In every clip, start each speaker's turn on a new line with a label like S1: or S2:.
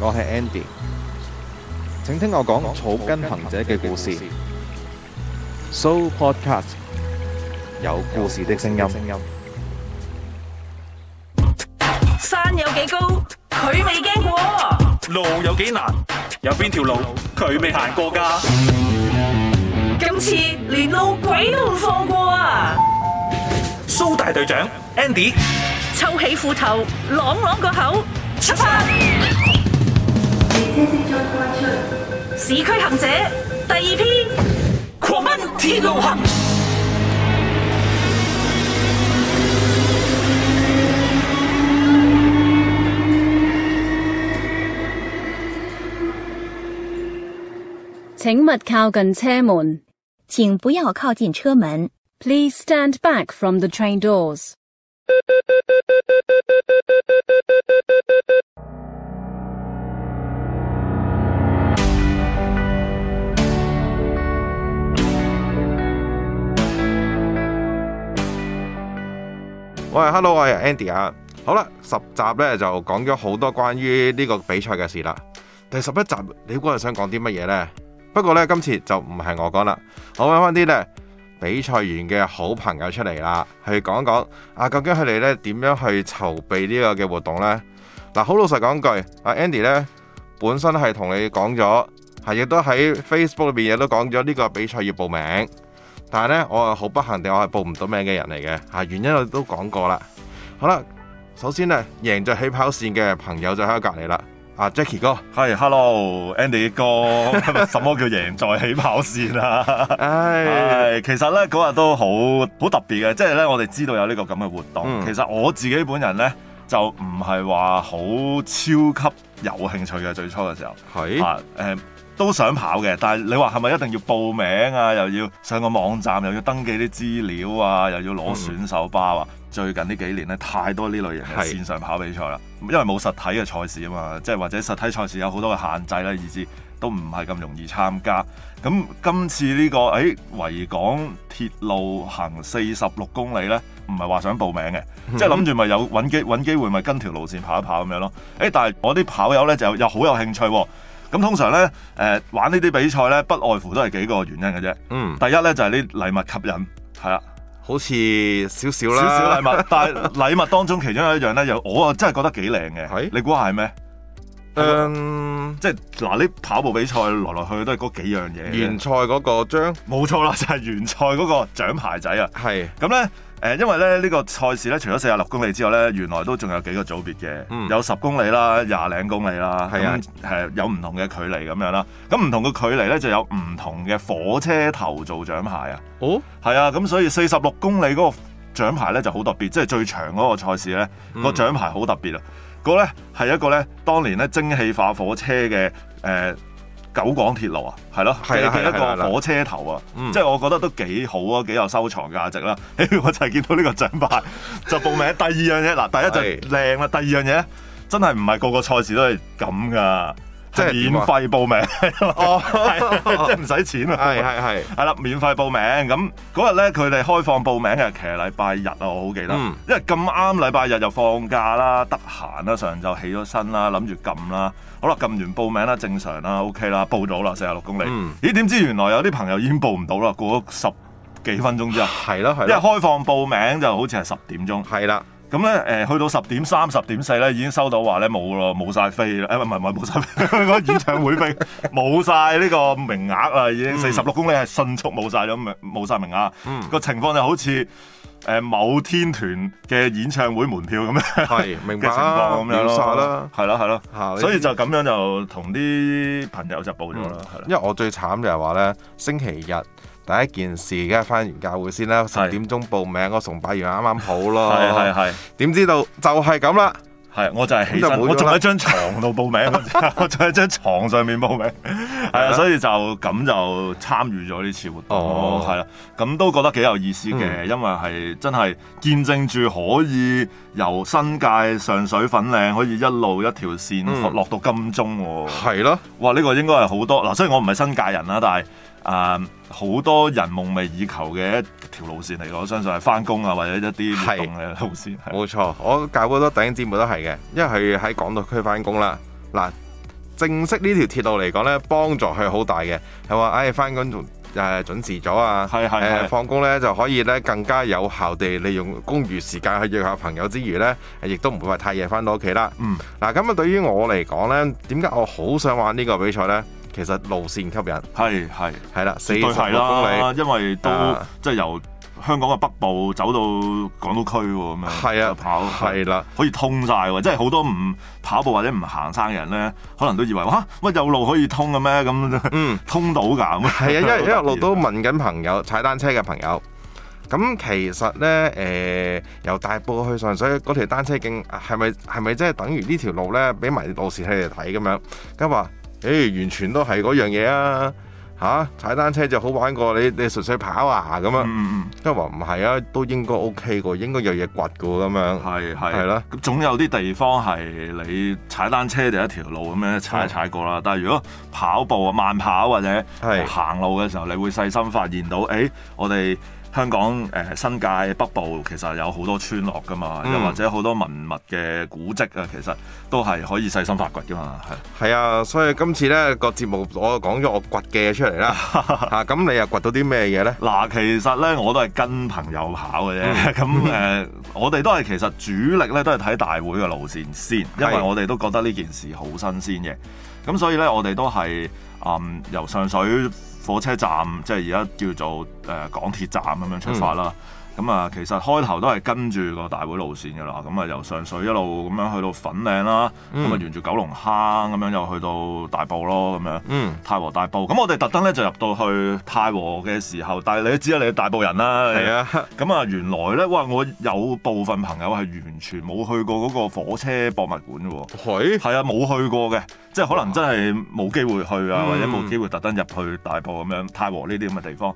S1: 我係 Andy，請聽我講草根行者嘅故事。So Podcast 有故事的聲音。
S2: 山有幾高，佢未驚過。
S3: 路有幾難，有邊條路佢未行過㗎？
S2: 今次連路鬼都唔放過啊！
S3: 蘇大隊長 Andy
S2: 抽起褲頭，啷啷個口，出發！市區行者第二篇，
S3: 狂奔鐵路行，
S4: 請勿靠近車門。
S5: 请不要靠近车门，
S4: Please stand back from the train doors.
S6: 喂，hello，我係 Andy 啊。好啦，十集呢就講咗好多關於呢個比賽嘅事啦。第十一集你估係想講啲乜嘢呢？不過呢，今次就唔係我講啦，我揾翻啲呢比賽員嘅好朋友出嚟啦，去講講啊，究竟佢哋呢點樣去籌備呢個嘅活動呢？嗱，好老實講句，阿 Andy 呢本身係同你講咗，係亦都喺 Facebook 裏邊亦都講咗呢個比賽要報名。但係咧，我係好不幸地，我係報唔到名嘅人嚟嘅嚇。原因我都講過啦。好啦，首先咧，贏在起跑線嘅朋友就喺我隔離啦。啊，Jackie 哥，
S7: 係，hello，Andy 哥， 什麼叫贏在起跑線啊？
S6: 唉，
S7: 係，其實咧嗰日都好好特別嘅，即係咧我哋知道有呢個咁嘅活動。
S6: 嗯
S7: 其實我自己本人咧就唔係話好超級有興趣嘅，最初嘅時候
S6: 係
S7: 啊誒、都想跑嘅，但係你話係咪一定要報名啊？又要上個網站，又要登記啲資料啊，又要攞選手包啊！最近呢幾年咧，太多呢類型嘅
S6: 係
S7: 線上跑比賽啦，因為冇實體嘅賽事啊嘛，即係或者實體賽事有好多嘅限制啦，以至都唔係咁容易參加。咁今次呢、個誒、維港鐵路行四十六公里呢，唔係話想報名嘅，即係諗住咪有揾機揾機會咪跟條路線跑一跑咁樣咯。誒、但係我啲跑友呢，就又好有興趣喎、咁通常呢，誒、玩呢啲比賽呢，不外乎都係幾個原因嘅啫。
S6: 嗯，
S7: 第一呢，就係啲禮物吸引，係啦，
S6: 好似少少
S7: 少少
S6: 啦，
S7: 禮物， 但係禮物當中其中有一樣呢，又我啊真係覺得幾靚嘅
S6: 係。
S7: 你估下係咩？
S6: 嗯，
S7: 即係嗱，呢跑步比賽來來去去都係嗰幾樣嘢嘅。
S6: 原賽嗰個章
S7: 冇錯啦， 就係原賽嗰個獎牌仔啊！
S6: 係
S7: 咁咧，誒、因為咧呢、個賽事咧，除咗四十六公里之外咧，原來都仲有幾個組別嘅，
S6: 嗯
S7: 有十公里啦、廿零公里啦，
S6: 係啊
S7: 咁係有唔同嘅距離咁樣啦。咁唔同嘅距離咧，就有唔同嘅火車頭做獎牌啊。
S6: 哦，
S7: 係啊，咁所以四十六公里嗰個獎牌咧就好特別，即係最長嗰個賽事咧，
S6: 嗯
S7: 個獎牌好特別啊！嗰咧係一個咧當年咧蒸汽化火車嘅誒、呃九廣鐵路啊，係咯，
S6: 係
S7: 嘅
S6: 啦係啦
S7: 嘅
S6: 係
S7: 一
S6: 啦
S7: 個火車頭啊，
S6: 嗯
S7: 即係我覺得都幾好啊，幾有收藏價值啦。啊我就係見到呢個獎 牌就報名。第二樣嘢嗱，第
S6: 係
S7: 一就靚啦，第二樣嘢咧真係唔係個個賽事都係咁噶，
S6: 即係
S7: 係免
S6: 點啊
S7: 費報名，
S6: 哦，
S7: 即 係唔使錢啊。
S6: 係係係，
S7: 係啦，免費報名。咁嗰日咧，佢哋開放報名嘅，其實禮拜日啊，我好記得，
S6: 嗯
S7: 因為咁啱禮拜日又放假啦，得閒啦，上晝起咗身啦，諗住撳啦，好啦，撳完報名啦，正常啦，OK 啦，報咗啦，四十六公里。
S6: 嗯
S7: 咦？點知原來有啲朋友已經報唔到啦，過咗十幾分鐘之後，
S6: 係啊啦係
S7: 因為
S6: 啦，
S7: 開放報名就好似係十點鐘。
S6: 係啦，
S7: 咁咧誒，去到十點三、十點四咧，已經收到話咧冇咯，冇晒飛啦，誒唔係唔係冇晒飛， 嗰演 唱會飛冇晒呢個名額啦，已經四十六公里係迅速冇晒咗名，冇晒名額。個情況就好似誒某天團嘅演唱會門票咁樣
S6: 係明
S7: 嘅
S6: 白
S7: 情
S6: 啦，
S7: 況咁樣
S6: 秒殺
S7: 咯
S6: 啦，，
S7: 係啦係啦，
S6: 嚇
S7: 所以就咁樣就同啲朋友就報咗啦，係啦。
S6: 因為我最慘就係話呢，星期日第一件事梗係翻完教會先啦，十
S7: 係
S6: 點鐘報名，我崇拜完啱啱好咯，
S7: 係係係
S6: 點知道就係咁啦，
S7: 係，我就係
S6: 咁
S7: 起
S6: 就冇
S7: 身，
S6: 咗啦
S7: 我仲喺張床度報名， 我仲喺張床上面報名，係啊，所以就咁就參與咗呢次活動
S6: 哦嗯
S7: 咯，係啦、咁都覺得幾有意思嘅，因為係真係見證住可以由新界上水粉嶺可以一路一條線
S6: 嗯
S7: 落到金鐘喎、
S6: 係咯，
S7: 哇！呢、個應該係好多嗱，雖然我唔係新界人啦，但係誒好多人夢寐以求嘅一條路線嚟嘅，我相信係翻工啊或者一啲活動嘅路線係。
S6: 冇錯，我教會好多弟兄姊妹都係嘅，因為佢喺港島區翻工啦，嗱，正式呢條鐵路嚟講咧，幫助係好大嘅，係話唉翻工仲誒準時咗啊，
S7: 係係係
S6: 誒放工咧就可以咧更加有效地利用公餘時間去約下朋友之餘咧，亦都唔會話太夜翻到屋企啦。
S7: 嗯，
S6: 嗱咁啊，對於我嚟講咧，點解我好想玩呢個比賽咧？其實路線吸引係
S7: 係係，
S6: 啦，四十
S7: 絕對
S6: 六
S7: 係
S6: 公里
S7: 啦，。因為都
S6: 啊
S7: 即係由香港嘅北部走到港島區喎，咁樣
S6: 係啊
S7: 就跑
S6: 係啦，
S7: 可以通晒喎，即係好多唔跑步或者唔行山嘅人咧，可能都以為哇乜有路可以通嘅咩咁，
S6: 嗯，
S7: 通到㗎咁。
S6: 係啊，因為
S7: 好
S6: 一
S7: 特別
S6: 路都問緊朋友踩單車嘅朋友。咁其實呢，誒、由大埔去上水嗰條單車徑係咪係咪即係等於呢條路呢？俾埋路線你哋睇咁樣，咁話誒完全都係嗰樣嘢啊！吓、踩單車就好玩過你你純粹跑啊咁啊，
S7: 嗯嗯。
S6: 跟住話唔係啊，都應該 OK 嘅，應該有嘢掘嘅喎咁樣。
S7: 係係
S6: 係啦，
S7: 咁總有啲地方係你踩單車就一條路咁樣踩一踩過啦。但係如果跑步啊、慢跑或者
S6: 嗯係
S7: 行路嘅時候，你會細心發現到，誒、我哋香港誒、呃新界北部其實有好多村落噶嘛，
S6: 嗯
S7: 又或者好多文物嘅古蹟啊，其實都係可以細心發掘噶嘛。係
S6: 係啊，所以今次呢個節目我講咗我掘嘅嘢出 嚟啦，嚇咁、你又掘到啲咩嘢呢？
S7: 嗱，其實咧我都係跟朋友跑嘅啫。 咁誒、呃我哋都係其實主力咧都係睇大會嘅路線先，因為
S6: 係
S7: 我哋都覺得呢件事好新鮮嘅。咁所以咧，我哋都係嗯由上水火車站，即係而家叫做誒、呃港鐵站咁樣出發啦。咁啊，其實開頭都係跟住個大會路線嘅啦，咁啊由上水一路咁樣去到粉嶺啦，咁啊沿住九龍坑咁樣又去到大埔咯，咁樣。
S6: 嗯。
S7: 太和大埔，咁我哋特登咧就入到去太和嘅時候，但係你都知啦，你係大埔人啦，
S6: 係啊，
S7: 咁啊原來咧，哇！我有部分朋友係完全冇去過嗰個火車博物館嘅喎，
S6: 佢
S7: 係啊，冇去過嘅，即係可能真係冇機會去啊，
S6: 嗯
S7: 或者冇機會特登入去大埔咁樣太和呢啲咁嘅地方。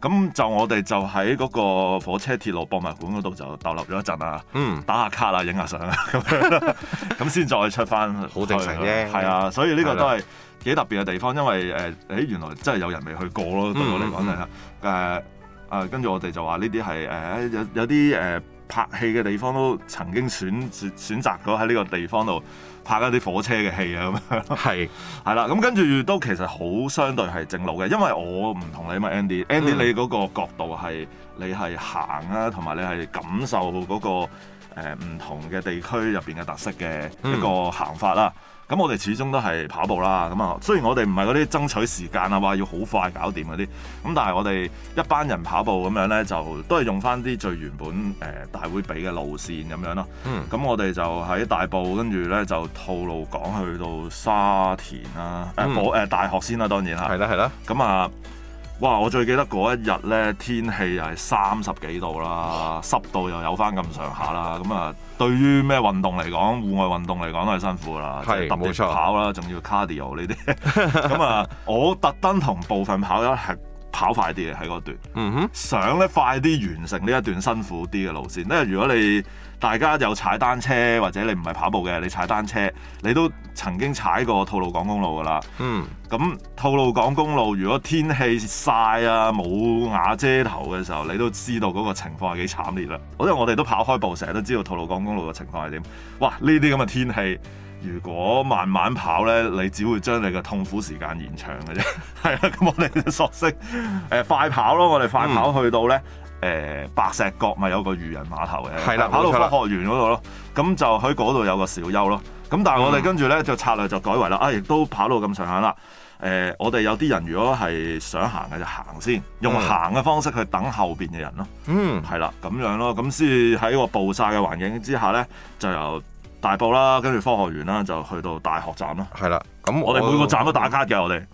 S7: 咁就我哋就喺嗰個火車鐵路博物館嗰度就逗留咗一陣啊，
S6: 嗯
S7: 打下卡啊，影下相啊，咁樣咁先再出翻。
S6: 好正常啫
S7: 係啊，所以呢個
S6: 係啦
S7: 都係幾特別嘅地方，因為呃誒誒、原來真係有人未去過咯，對我嚟講
S6: 嗯
S7: 就係誒誒，跟住我哋就話呢啲係誒有有啲呃誒、拍戲嘅地方都曾經選選選擇咗喺呢個地方度拍一啲火車嘅戲啊咁樣。
S6: 係
S7: 係啦，咁跟住都其實好相對係正路嘅，因為我唔同你嘛，Andy，Andy
S6: 嗯
S7: 你嗰個角度係你係行啦，同埋你係感受嗰、個呃唔、同嘅地區入邊嘅特色嘅一
S6: 嗯
S7: 個行法啦。咁我哋始終都係跑步啦，咁啊，雖然我哋唔係嗰啲爭取時間啊，話要好快搞掂嗰啲，咁但係我哋一班人跑步咁樣呢，就都係用翻啲最原本誒、呃大會俾嘅路線咁樣咯。
S6: 嗯
S7: 咁我哋就喺大埔，跟住咧就吐露港去到沙田啦，誒
S6: 嗯
S7: 火誒大學先啦，當然
S6: 係
S7: 係。
S6: 啦係啦，
S7: 咁啊，哇！我最記得嗰一日咧，天氣又係三十幾度啦，濕度又有翻咁上下啦。咁啊，對於咩運動嚟講，戶外運動嚟講都係辛苦啦，即
S6: 係
S7: 係特
S6: 冇錯
S7: 別跑啦，仲要 cardio 呢 啲。咁啊，我特登同部分跑友係跑快啲嘅喺嗰段。
S6: 嗯哼，
S7: 想咧快啲完成呢一段辛苦啲嘅路線，因為如果你大家有踩單車或者你唔係跑步嘅，你踩單車，你都曾經踩過吐露港公路噶啦。
S6: 嗯
S7: 咁吐露港公路如果天氣晒啊冇瓦遮頭嘅時候，你都知道嗰個情況係幾慘烈啦。因為我哋都跑開步，成日都知道吐露港公路嘅情況係點。哇！呢啲咁嘅天氣，如果慢慢跑呢，你只會將你嘅痛苦時間延長嘅啫。 係啊，咁我哋就索性誒、呃快跑咯，我哋快跑去到呢。誒、白石角咪有個漁人碼頭嘅，
S6: 係啦
S7: 跑到
S6: 冇錯啦
S7: 科學園嗰度咯，咁就喺嗰度有個小休咯。咁但係
S6: 嗯
S7: 我哋跟住咧就策略就改為啦，啊，亦都跑到咁上下啦。誒、我哋有啲人如果係想行嘅就行先，用
S6: 嗯
S7: 行嘅方式去等後邊嘅人咯，
S6: 嗯
S7: 係啦，咁樣咯，咁先至喺個暴曬嘅環境之下咧，就由大埔啦，跟住科學園啦，就去到大學站啦。
S6: 係啦，咁
S7: 我哋每個站都打卡嘅，我哋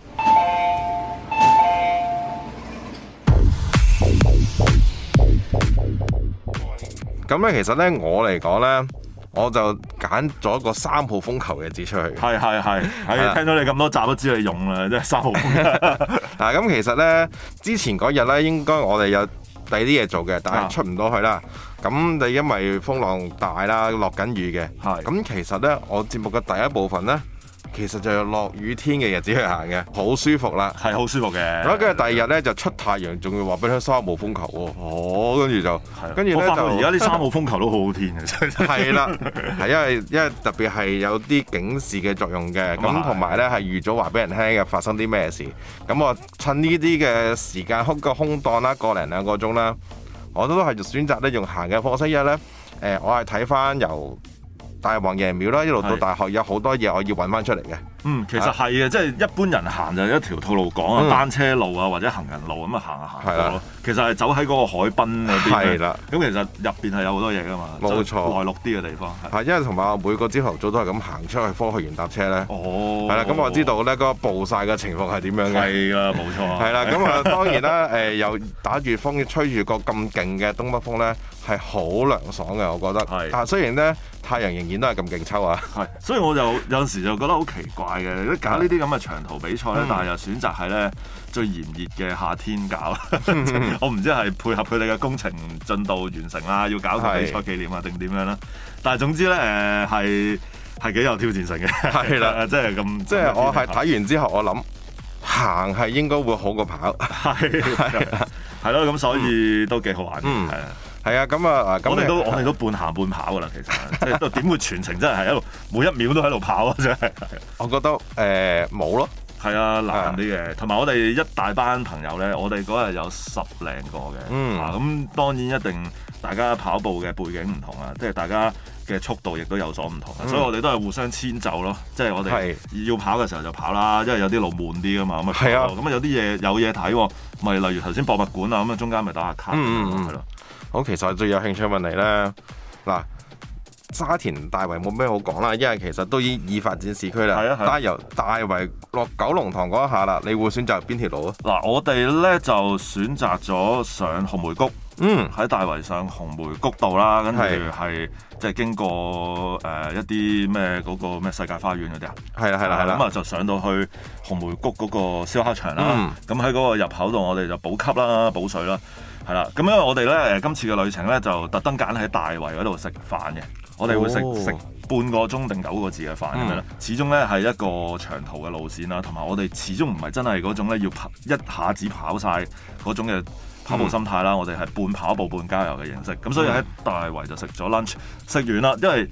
S6: 咁咧，其實咧我嚟講咧，我就揀咗個三號風球嘅指出去。
S7: 係係係，係聽到你咁多站都知你用啦，真係三號風。
S6: 嗱，啊咁其實咧之前嗰日咧，應該我哋有第啲嘢做嘅，但
S7: 啊
S6: 係出唔到去啦。咁就因為風浪大啦，落緊雨嘅。
S7: 係
S6: 咁其實咧，我節目嘅第一部分咧，其實就有落雨天嘅日子去行嘅，好舒服啦。
S7: 係好舒服嘅。
S6: 咁跟住第二日咧就出太陽，仲要話俾佢聽三號風球喎。哦，跟住就
S7: 係啊
S6: 跟住
S7: 我
S6: 咧
S7: 發
S6: 就
S7: 覺而家啲三號風球都好好 天嘅，真係
S6: 係啦，係因為因為特別係有啲警示嘅作用嘅，
S7: 咁啊
S6: 咁
S7: 係
S6: 同埋咧係預早話俾人聽嘅發生啲咩事。咁我趁呢啲嘅時間空個空檔啦，個零兩個鐘啦，我都係選擇咧用行嘅方式，因為咧誒、我係睇翻由大王爺廟啦，一路到
S7: 係
S6: 大學有好多嘢我要揾翻出嚟嘅。
S7: 嗯，其實係嘅，即係一般人行就一條套路講啊，
S6: 嗯
S7: 單車路啊或者行人路咁啊行下行
S6: 係
S7: 過
S6: 啦
S7: 咯。其實係走喺嗰個海濱嗰邊啊
S6: 係啦，
S7: 咁其實入邊係有好多嘢噶嘛，
S6: 冇
S7: 就
S6: 錯
S7: 內陸啲嘅地方係。
S6: 係因為同埋我每個朝頭早都係咁行出去科學園搭車咧，
S7: 哦，
S6: 係啦、咁我知道咧嗰個暴曬嘅情況係點樣嘅。
S7: 係啦，冇錯啊。
S6: 係啦，咁啊 當然啦，誒又打住風，吹住個咁勁嘅東北風咧，係好涼爽嘅，我覺得
S7: 係。
S6: 但雖然咧，太陽仍然都係咁勁抽啊，
S7: 係，所以我就有陣時就覺得好奇怪嘅，都搞呢啲咁嘅長途比賽咧，
S6: 嗯
S7: 但係又選擇係咧最炎熱嘅夏天搞，即
S6: 嗯
S7: 係 我唔知係配合佢哋嘅工程進度完成啦，要搞個比賽紀念啊定點樣啦。但係總之咧，誒係係幾有挑戰性嘅，
S6: 係啦
S7: 即係咁，
S6: 即係我係睇完之後，我諗行係應該會好過跑。
S7: 係係係咯，咁所以都幾好玩嘅，
S6: 嗯
S7: 係啊。
S6: 係啊，咁啊，咁
S7: 我哋都
S6: 你
S7: 我哋都半行半跑噶啦，其實即係都點會全程真係喺度每一秒都喺度跑啊！真係。
S6: 我覺得誒冇咯，
S7: 係啊，難啲嘅。同埋我哋一大班朋友咧，我哋嗰日有十零個嘅。
S6: 嗯
S7: 啊，咁當然一定大家跑步嘅背景唔同啊，即係大家嘅速度亦都有所唔同啊。
S6: 嗯
S7: 所以我哋都係互相遷就咯，即係我哋要跑嘅時候就跑啦，因為有啲路悶啲噶嘛。咁啊
S6: 係啊
S7: 跑咯咁啊有啲嘢有嘢睇喎，咪例如頭先博物館啊，咁啊中間咪打下卡。
S6: 嗯嗯嗯
S7: 係咯。
S6: 好，其實我最有興趣問你咧，嗱。沙田大圍冇咩好講啦，因為其實都已已發展市區啦。
S7: 係啊係啊
S6: 但係由大圍落九龍塘嗰一下啦，你會選擇邊條路啊？
S7: 嗱，我哋咧就選擇咗上紅梅谷。
S6: 嗯，
S7: 喺大圍上紅梅谷道啦，跟住
S6: 係
S7: 係即係經過誒、呃一啲咩嗰個咩世界花園嗰啲啊，
S6: 係啦係啦係啦
S7: 咁。啊就上到去紅梅谷嗰個燒烤場
S6: 嗯
S7: 啦，咁喺嗰個入口度我哋就補給啦、補水啦，係啦，咁因為我哋咧誒今次嘅旅程咧就特登揀喺大圍嗰度食飯嘅，我哋會食
S6: 哦
S7: 食。半個鐘定九個字嘅飯咁樣啦，始終咧係一個長途嘅路線啦，同埋我哋始終唔係真係嗰種咧要跑一下子跑晒嗰種嘅跑步心態啦，我哋係半跑步半郊遊嘅形式，咁所以喺大圍就食咗 lunch，食完啦，因為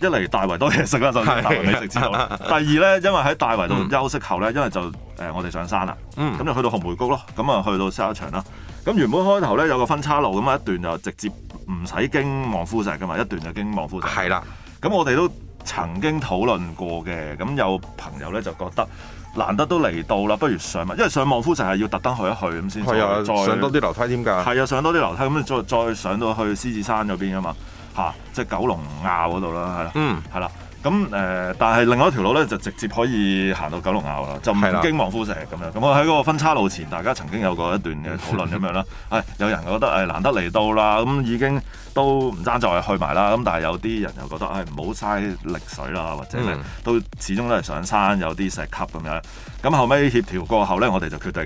S7: 一嚟大圍多嘢食啦，就算大圍美食之後 啦，第二咧因為喺大圍度休息後咧，因為就誒、呃我哋上山啦，咁、
S6: 嗯
S7: 就去到紅梅谷咯，咁啊去到沙場啦。咁原本開頭咧有個分叉路咁啊，一段就直接唔使經望夫石噶嘛，一段就經望夫石。
S6: 係啦，
S7: 咁我哋都曾經討論過嘅，咁有朋友咧就覺得難得都嚟到啦，不如上埋，因為上望夫就係要特登去一去咁先，
S6: 係啊，
S7: 再
S6: 上多啲樓梯添㗎。
S7: 係啊，上多啲樓梯咁，再再上到去獅子山嗰邊啊嘛，嚇、即係九龍坳嗰度啦，係啦，
S6: 嗯，
S7: 係啦。咁誒、呃但係另外一條路咧就直接可以行到九龍坳啦，就唔
S6: 係啦
S7: 經望夫石咁樣。咁我喺嗰個分叉路前，大家曾經有過一段嘅討論咁 樣啦。誒、有人覺得誒、哎難得嚟到啦，咁已經都唔爭在去埋啦。咁但係有啲人又覺得誒唔好嘥力水啦，或者咧、
S6: 嗯
S7: 都始終都係上山有啲石級咁樣。咁後尾協調過後咧，我哋就決定。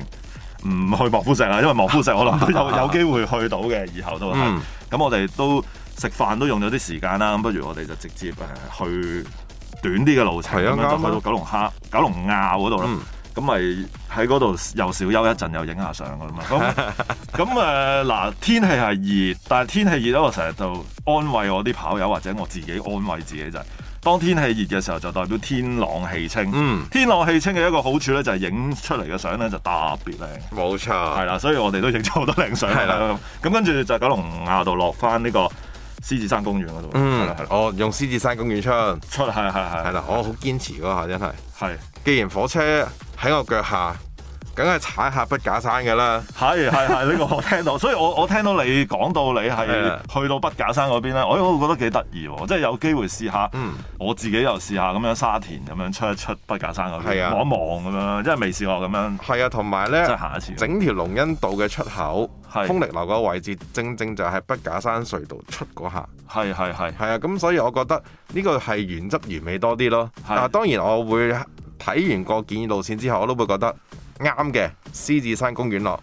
S7: 唔去莫夫石啊啦，因為莫夫石我 諗都有有機會去到嘅，以後都係。
S6: 嗯
S7: 咁、我哋都食飯都用咗啲時間啦，咁不如我哋就直接誒、呃去短啲嘅路程，
S6: 係啊
S7: 咁樣就
S6: 啱
S7: 去
S6: 啊
S7: 到九龍蝦、九龍坳嗰度啦
S6: 嗯。
S7: 咁咪喺嗰度又小休一陣，又影下相㗎啦嘛。 咁咁誒嗱，天氣係熱，但係天氣熱咧，我成日就安慰我啲跑友或者我自己安慰自己就係、當天氣熱嘅時候，就代表天朗氣清。
S6: 嗯
S7: 天朗氣清嘅一個好處咧，就係影出嚟嘅相咧就特別靚。
S6: 冇
S7: 係
S6: 錯。
S7: 啦，所以我哋都影咗好多靚相。
S6: 啊係
S7: 係
S6: 啦
S7: 啦，咁跟住就九龍坳度落翻呢個獅子山公園嗰度。係
S6: 嗯
S7: 啦，係，啦，
S6: 我用獅子山公園出，係
S7: 出係係係
S6: 啦，我好堅持嗰下真係。
S7: 係
S6: 既然火車喺我腳下，梗係踩下筆架山㗎啦。
S7: 係係係呢個我聽到，所以我我聽到你講到你係
S6: 係啊啦
S7: 去到筆架山嗰邊咧，我我覺得幾得意喎，即係有機會試下。
S6: 嗯，
S7: 我自己又試下咁樣沙田咁樣出一出筆架山嗰
S6: 係啊
S7: 邊，望一望咁樣，因為未試過咁樣，
S6: 係啊，同埋呢
S7: 即係，行一次。
S6: 整條龍恩道嘅出口，
S7: 係
S6: 風力流個位置，正正就係筆架山隧道出嗰下。
S7: 係係係
S6: 係啊，咁所以我覺得呢個係原汁原味多啲咯。
S7: 係
S6: 但係當然我會睇完個建議路線之後，我都會覺得啱嘅。獅子山公園落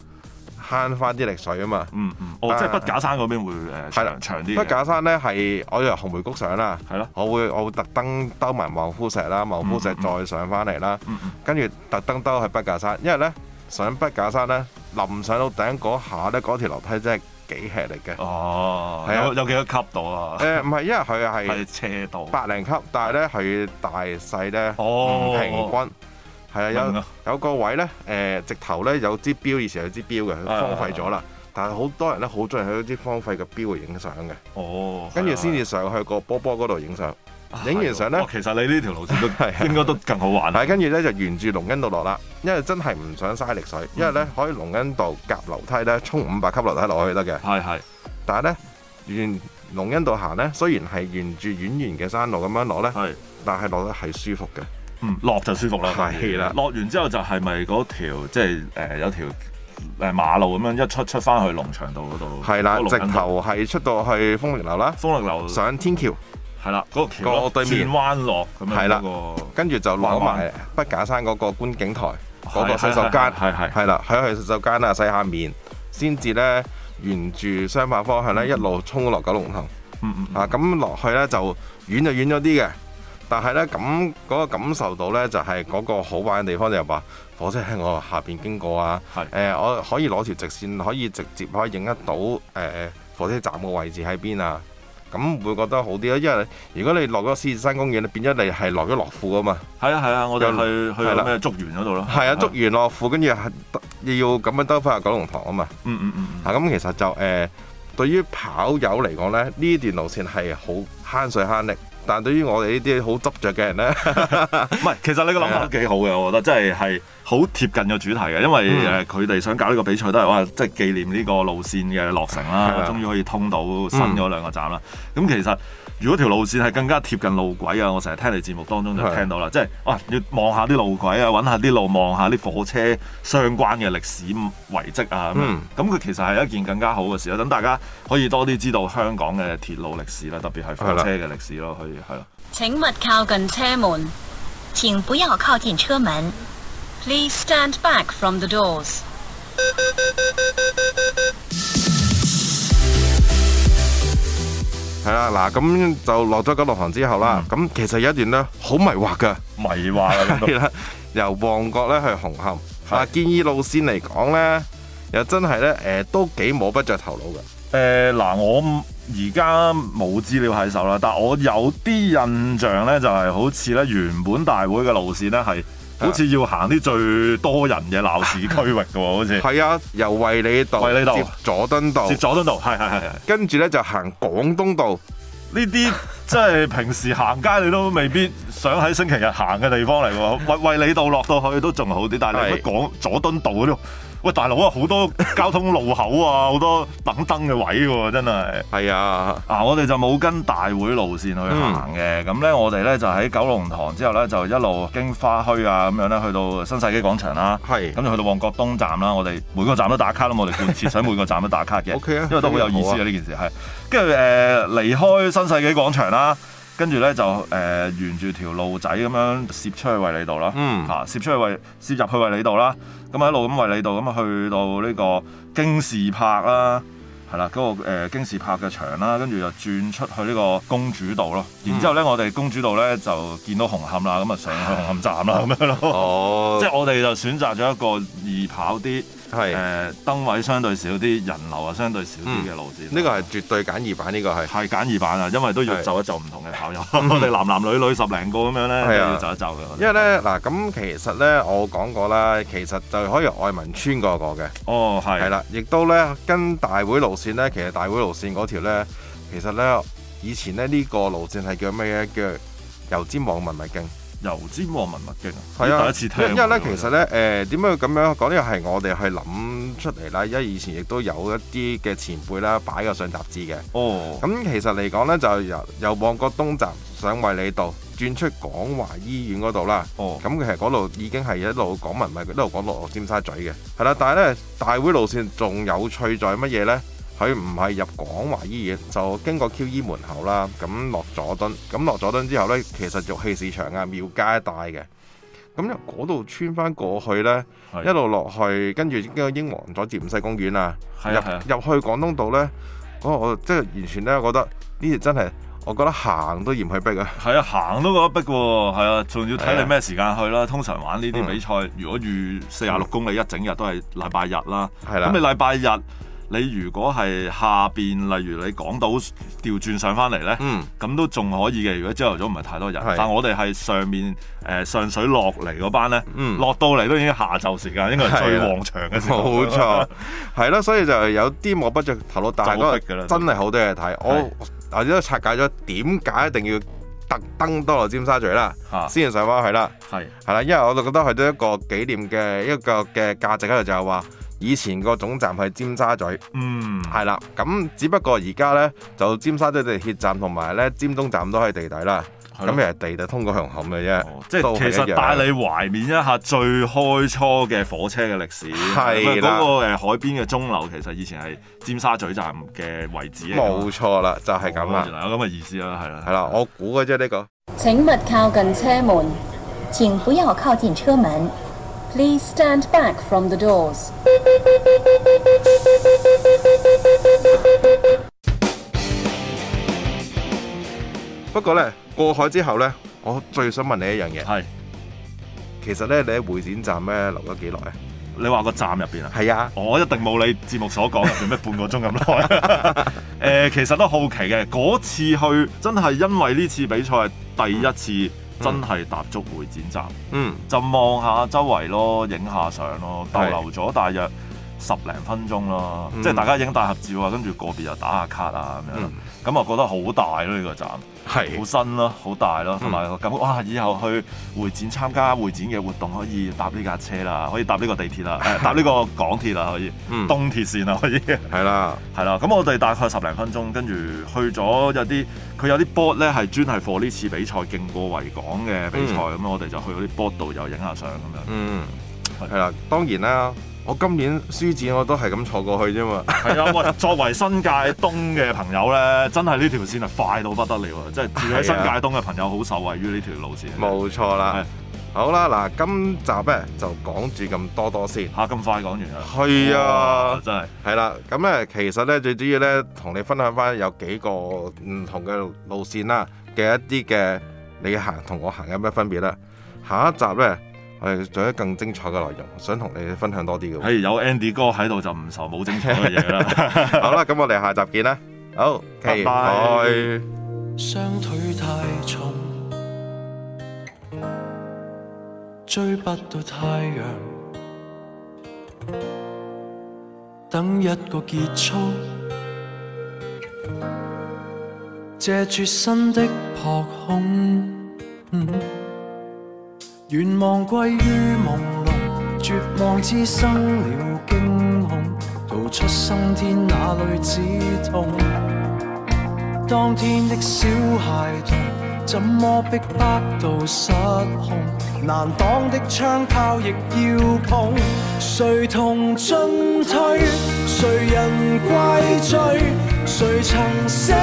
S6: 慳翻啲力水啊嘛。
S7: 嗯嗯，哦，
S6: 啊
S7: 即係筆架山嗰邊會誒
S6: 係啦
S7: 長長啲嘅，
S6: 筆架山咧係我由紅梅谷上啦，
S7: 係咯，
S6: 我會我會特登兜埋望夫石啦，望夫石
S7: 嗯嗯
S6: 再上翻嚟啦，
S7: 嗯嗯
S6: 跟住特登兜去筆架山，因為咧上筆架山咧臨上到頂嗰下咧，嗰條樓梯真係幾吃力嘅。
S7: 哦，
S6: 係啊
S7: 有有幾多級度啊？
S6: 誒唔係，因為佢係
S7: 係斜度，
S6: 百零級，但係咧佢大細咧唔
S7: 哦，
S6: 平均。係啊，
S7: 明
S6: 有
S7: 啊
S6: 有個位咧，誒、直頭咧有支標，以前有支標嘅，
S7: 啊
S6: 荒廢咗啦。但係好多人咧好中意喺支荒廢嘅標度影相嘅，
S7: 哦，
S6: 跟住
S7: 係啊
S6: 先至上去個波波嗰度影相。
S7: 係啊
S6: 影完相呢
S7: 哇其實你呢條路線都
S6: 係啊
S7: 應該都更好玩啊
S6: 但係跟住咧就沿住龍恩道落啦，因為真係唔想嘥力水，
S7: 嗯
S6: 因為咧可以龍恩道夾樓梯咧，衝五百級樓梯落去得嘅。
S7: 係係，
S6: 但係咧沿龍恩道行咧，雖然係沿住遠遠嘅山路咁樣落咧，
S7: 係
S6: 但係落得係舒服嘅。
S7: 嗯落就舒服啦，
S6: 係啦
S7: 落完之後就係咪嗰條即係誒有條誒馬路咁樣一出出翻去農場道嗰度，
S6: 係啦
S7: 嗰，個
S6: 直
S7: 龍筋道嗯
S6: 頭係出到去風力樓啦，
S7: 風力樓
S6: 上天橋，
S7: 係啦，嗰個橋咯
S6: 個對面
S7: 轉彎落咁樣
S6: 係啦
S7: 嗰個。
S6: 跟住就攞埋筆架山嗰個觀景台嗰個洗手間，
S7: 係係係
S6: 係啦，喺去洗手間啊洗下面，先至咧沿住相反方向咧一路衝落九龍塘。
S7: 嗯嗯嗯
S6: 啊，咁落去咧就遠就遠咗啲嘅，但係咧咁嗰個感受到咧就係、嗰個好玩嘅地方就係話火車喺我下邊經過啊，誒
S7: 係、
S6: 我可以攞條直線可以直接可以影得到誒、火車站嘅位置喺邊啊，咁會覺得好啲咯，因為如果你落咗獅子山公園，你變咗你係落咗樂富啊嘛，
S7: 係啊係啊，我哋去去
S6: 係啦
S7: 到咩竹園嗰度咯。
S6: 係啊，捉完樂富跟住係得要咁樣兜翻去九龍塘啊嘛，
S7: 嗯嗯嗯嗯，
S6: 啊咁其實就誒、對於跑友嚟講咧，呢段路線係好慳水慳力，但對於我哋呢 啲好執着嘅人咧，
S7: 唔係，其實你個諗法
S6: 啊
S7: 都幾好嘅，我覺得真係係好貼近個主題嘅，因為
S6: 嗯
S7: 誒佢哋想搞呢個比賽都係哇，即係紀念呢個路線嘅落成
S6: 係啊嗯
S7: 啦，終於可以通到新嗰兩個站啦。咁其實如果條路線係更加貼近路軌啊，我成日聽你節目當中就
S6: 係
S7: 聽到啦，即係哇要望下啲路軌啊，揾下啲路，望下啲火車相關嘅歷史遺跡啊咁樣
S6: 嗯
S7: 咁佢其實係一件更加好嘅事啊啦，等大家可以多啲知道香港嘅鐵路歷史啦，特別係
S6: 係
S7: 火
S6: 啦
S7: 車嘅歷史咯，可以係咯。
S4: 請勿靠近車門。
S5: 请不要靠近车门。
S4: Please stand back from the doors.
S6: 係啦，嗱咁就落咗九龍塘之後啦，咁、
S7: 嗯
S6: 其實有一段咧好迷惑㗎，
S7: 迷 啊話啦，
S6: 係啦，由旺角咧去紅磡，啊建議路線嚟講咧，又真係咧誒都幾摸不着頭腦㗎，
S7: 嗯誒呃嗱、我唔而家冇資料喺手啦，但我有啲印象呢，就係、好似呢原本大會嘅路線呢，係好似要行啲最多人嘅鬧市區域嘅喎，好 似
S6: 係啊，由衛理道
S7: 衛理道
S6: 接佐敦道
S7: 接，佐敦道，係係係係。
S6: 跟住咧就行廣東道，
S7: 呢啲即係平時行街你都未必想喺星期日行嘅地方嚟喎， 為為你道落到去都仲好啲，但係你
S6: 係
S7: 乜講佐敦道嗰度，喂大佬啊，好多交通路口啊，好多等燈嘅位喎，真係。
S6: 係啊，
S7: 啊，我哋就冇跟大會路線去行嘅，咁呢，我哋呢就喺九龍塘之後呢，就一路經花墟啊咁樣呢，去到新世紀廣場啦。
S6: 係
S7: 咁就去到旺角東站啦，我哋每個站都打卡啦，我哋貫徹想每個站都打卡 嘅
S6: OK 啊
S7: 因為都好有意思
S6: 好啊
S7: 嘅呢件事係。跟住誒離開新世紀廣場啦，跟住咧就誒、呃沿住條路仔咁樣攝出去衛理道啦，嚇、啊
S6: 嗯
S7: 攝出去衛攝入去衛理道啦，咁一路咁衛理道咁去到呢個京士柏啦。係啦，嗰、個、呃、京士柏嘅場啦，跟住又轉出去呢個公主道咯。然之後咧，我哋公主道咧就見到紅磡啦，咁啊上去紅磡站啦，咁樣咯。
S6: 哦，
S7: 即係我哋就選擇咗一個易跑啲、誒、
S6: 係
S7: 燈位相對少啲、人流啊相對少啲嘅路線。
S6: 嗯呢個係絕對簡易版，呢個係。
S7: 係簡易版啊，因為都要
S6: 係
S7: 就一就唔同嘅跑友， 我哋男男女女十零個咁樣咧，都
S6: 係啊
S7: 要就一就嘅。我哋
S6: 因為咧嗱，咁其實咧我講過啦，其實就可以由愛民村過過嘅，
S7: 哦
S6: 係
S7: 係
S6: 啦，亦都咧跟大會路線咧，其實大會路線嗰條咧，其實咧以前咧呢、個路線係叫咩咧？叫油尖旺文物徑，
S7: 油尖旺文物徑啊，
S6: 係啊，
S7: 第一次聽喎。
S6: 因因為咧
S7: 我覺
S6: 其實
S7: 得
S6: 咧誒點解要咁樣講？呢個係我哋去諗出嚟啦，因為以前亦都有一啲嘅前輩啦擺過上雜誌嘅。
S7: 哦，
S6: 咁其實嚟講咧，就由由旺角東站上衛理道轉出廣華醫院嗰度啦。
S7: 哦
S6: 咁其實嗰度已經係一路講文物，一路講落尖沙咀嘅，係啦。但係咧，大會路線仲有趣在乜嘢呢？佢唔係入廣華醫院，就經過 QE 門口啦，咁落佐敦，咁落佐敦之後呢，其實玉器市場啊、廟街一帶嘅，咁由嗰度穿翻過去呢，
S7: 係
S6: 一路落去，跟住經過英皇佐治五世公園啊，入
S7: 係啊係啊，
S6: 入去廣東道呢，嗰個我即係完全呢，我覺得呢條真係，我覺得行都嫌佢逼啊！
S7: 係啊，行都覺得逼喎，係啊，仲要睇
S6: 係啊
S7: 你咩時間去啦。通常玩呢啲
S6: 嗯
S7: 比賽，如果預四廿六公里一整日都係禮拜日啦。
S6: 係
S7: 咁
S6: 啦
S7: 你，禮拜日你如果係下邊，例如你港島調轉上翻嚟咧，
S6: 嗯，
S7: 咁都仲可以嘅。如果朝頭早唔係太多人
S6: 係，
S7: 但我哋係上面誒、呃上水落嚟嗰班咧，
S6: 嗯
S7: 落到嚟都已經下晝時間，應該係最
S6: 係啊
S7: 旺場嘅時 候。
S6: 冇錯，係啦，所以就有啲摸不着頭腦，但係
S7: 就好
S6: 嗰
S7: 逼㗎啦
S6: 個真係好多嘢睇。
S7: 係
S6: 我我都拆解咗點解一定要特登多落尖沙咀啦，
S7: 嚇，
S6: 先至上翻去啦。
S7: 啊係
S6: 係啦，因為我就覺得佢都一個紀念嘅一個嘅價值喺度，就係話以前個總站係尖沙咀，
S7: 嗯
S6: 係啦，咁只不過而家呢，就尖沙咀地鐵站同埋呢尖東站都喺地底啦，
S7: 係
S6: 咁
S7: 咯
S6: 其實地底通過紅磡嘅啫
S7: 哦，即
S6: 都
S7: 係其
S6: 係一
S7: 實
S6: 樣
S7: 帶你懷緬一下最開初嘅火車嘅歷史，
S6: 係
S7: 因為嗰
S6: 啦
S7: 個誒海邊嘅鐘樓其實以前係尖沙咀站嘅位置嚟㗎嘛
S6: 冇錯啦，就係咁
S7: 哦原
S6: 啦，
S7: 來有咁嘅意思啦，係啦，
S6: 係啦，我估嘅啫呢個。
S4: 請勿靠近車門。
S5: 请不要靠近车门。
S4: Please stand back from the doors.
S6: 不過呢，過海之後呢，我最想問你一樣嘢，
S7: 係
S6: 其實呢，你喺會展站呢留咗幾耐啊？
S7: 你話個站入邊啊？
S6: 係啊，
S7: 我一定冇你節目所講入邊咩半個鐘咁耐。誒、 其實都好奇嘅，嗰次去真係因為呢次比賽係第一次真係踏足會展站，
S6: 嗯，
S7: 就望下周圍咯，影下相咯，逗
S6: 係
S7: 留咗大約十零分鐘咯，
S6: 嗯
S7: 即係大家影大合照啊，跟住個別又打下卡啊咁樣啦。咁啊覺得好大咯呢、個站，好
S6: 係，
S7: 新咯，嗯好大咯，同埋咁哇！以後去會展參加會展嘅活動，可以搭呢架車啦，可以搭呢個地鐵 啦，誒搭呢個港鐵啊啦，可以。
S6: 嗯，
S7: 東鐵線啊，可 以係
S6: 係啦，
S7: 啦。咁我哋大概十零分鐘，跟住去咗有啲佢有啲 board 咧係專係 for 呢次比賽勁過維港嘅比賽，咁、我哋就去嗰啲 board 度又影下相咁樣。
S6: 嗯，
S7: 係
S6: 係啦，當然啦，我今年書展我都係咁坐過去啫嘛。
S7: 係啊，喂， 作為新界東嘅朋友咧，真係呢條線係快到不得了啊！即係住喺新界東嘅朋友好受惠於呢條路線。
S6: 冇錯啦
S7: 係。
S6: 好啦，嗱，今集咧就講住咁多多先。
S7: 嚇咁快講完啦。
S6: 係
S7: 哇
S6: 啊，
S7: 真係
S6: 係啦，咁咧其實咧最主要咧同你分享翻有幾個唔同嘅路線啦，嘅一啲嘅你行同我行有咩分別啦。下一集咧我哋仲有更精彩嘅內容，想同你分享多啲嘅喎。
S7: 係有 Andy 哥喺度就唔愁冇精彩嘅嘢啦。
S6: 好啦，咁我哋下集見啦。好，期
S7: 啊拜
S6: 待
S7: 拜。
S8: 雙腿太重，追不到太陽。等一個結束，借住新的撲空，嗯願望歸於朦朧，絕望滋生了驚恐，逃出生天那裏止痛。當天的小孩童，怎麼逼迫到失控？難擋的槍炮亦要碰，誰同進退？誰人怪罪？誰曾寫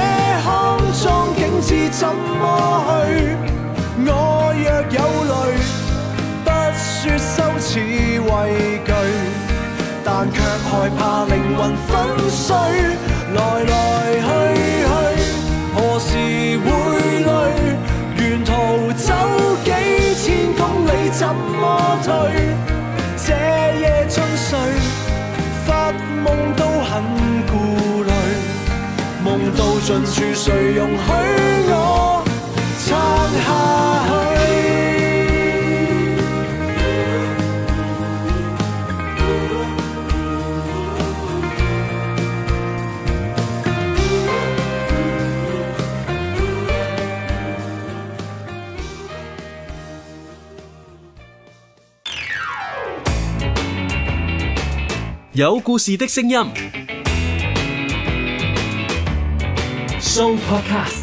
S8: 康莊景致怎麼去？我若有淚，不說羞恥畏懼。但卻害怕靈魂粉碎，來來去去，何時會累？沿途走幾千公里，怎麼退？這夜進睡，發夢都很顧慮，夢到盡處，誰容許我撐下去？
S9: 有故事的聲音。Show Podcast。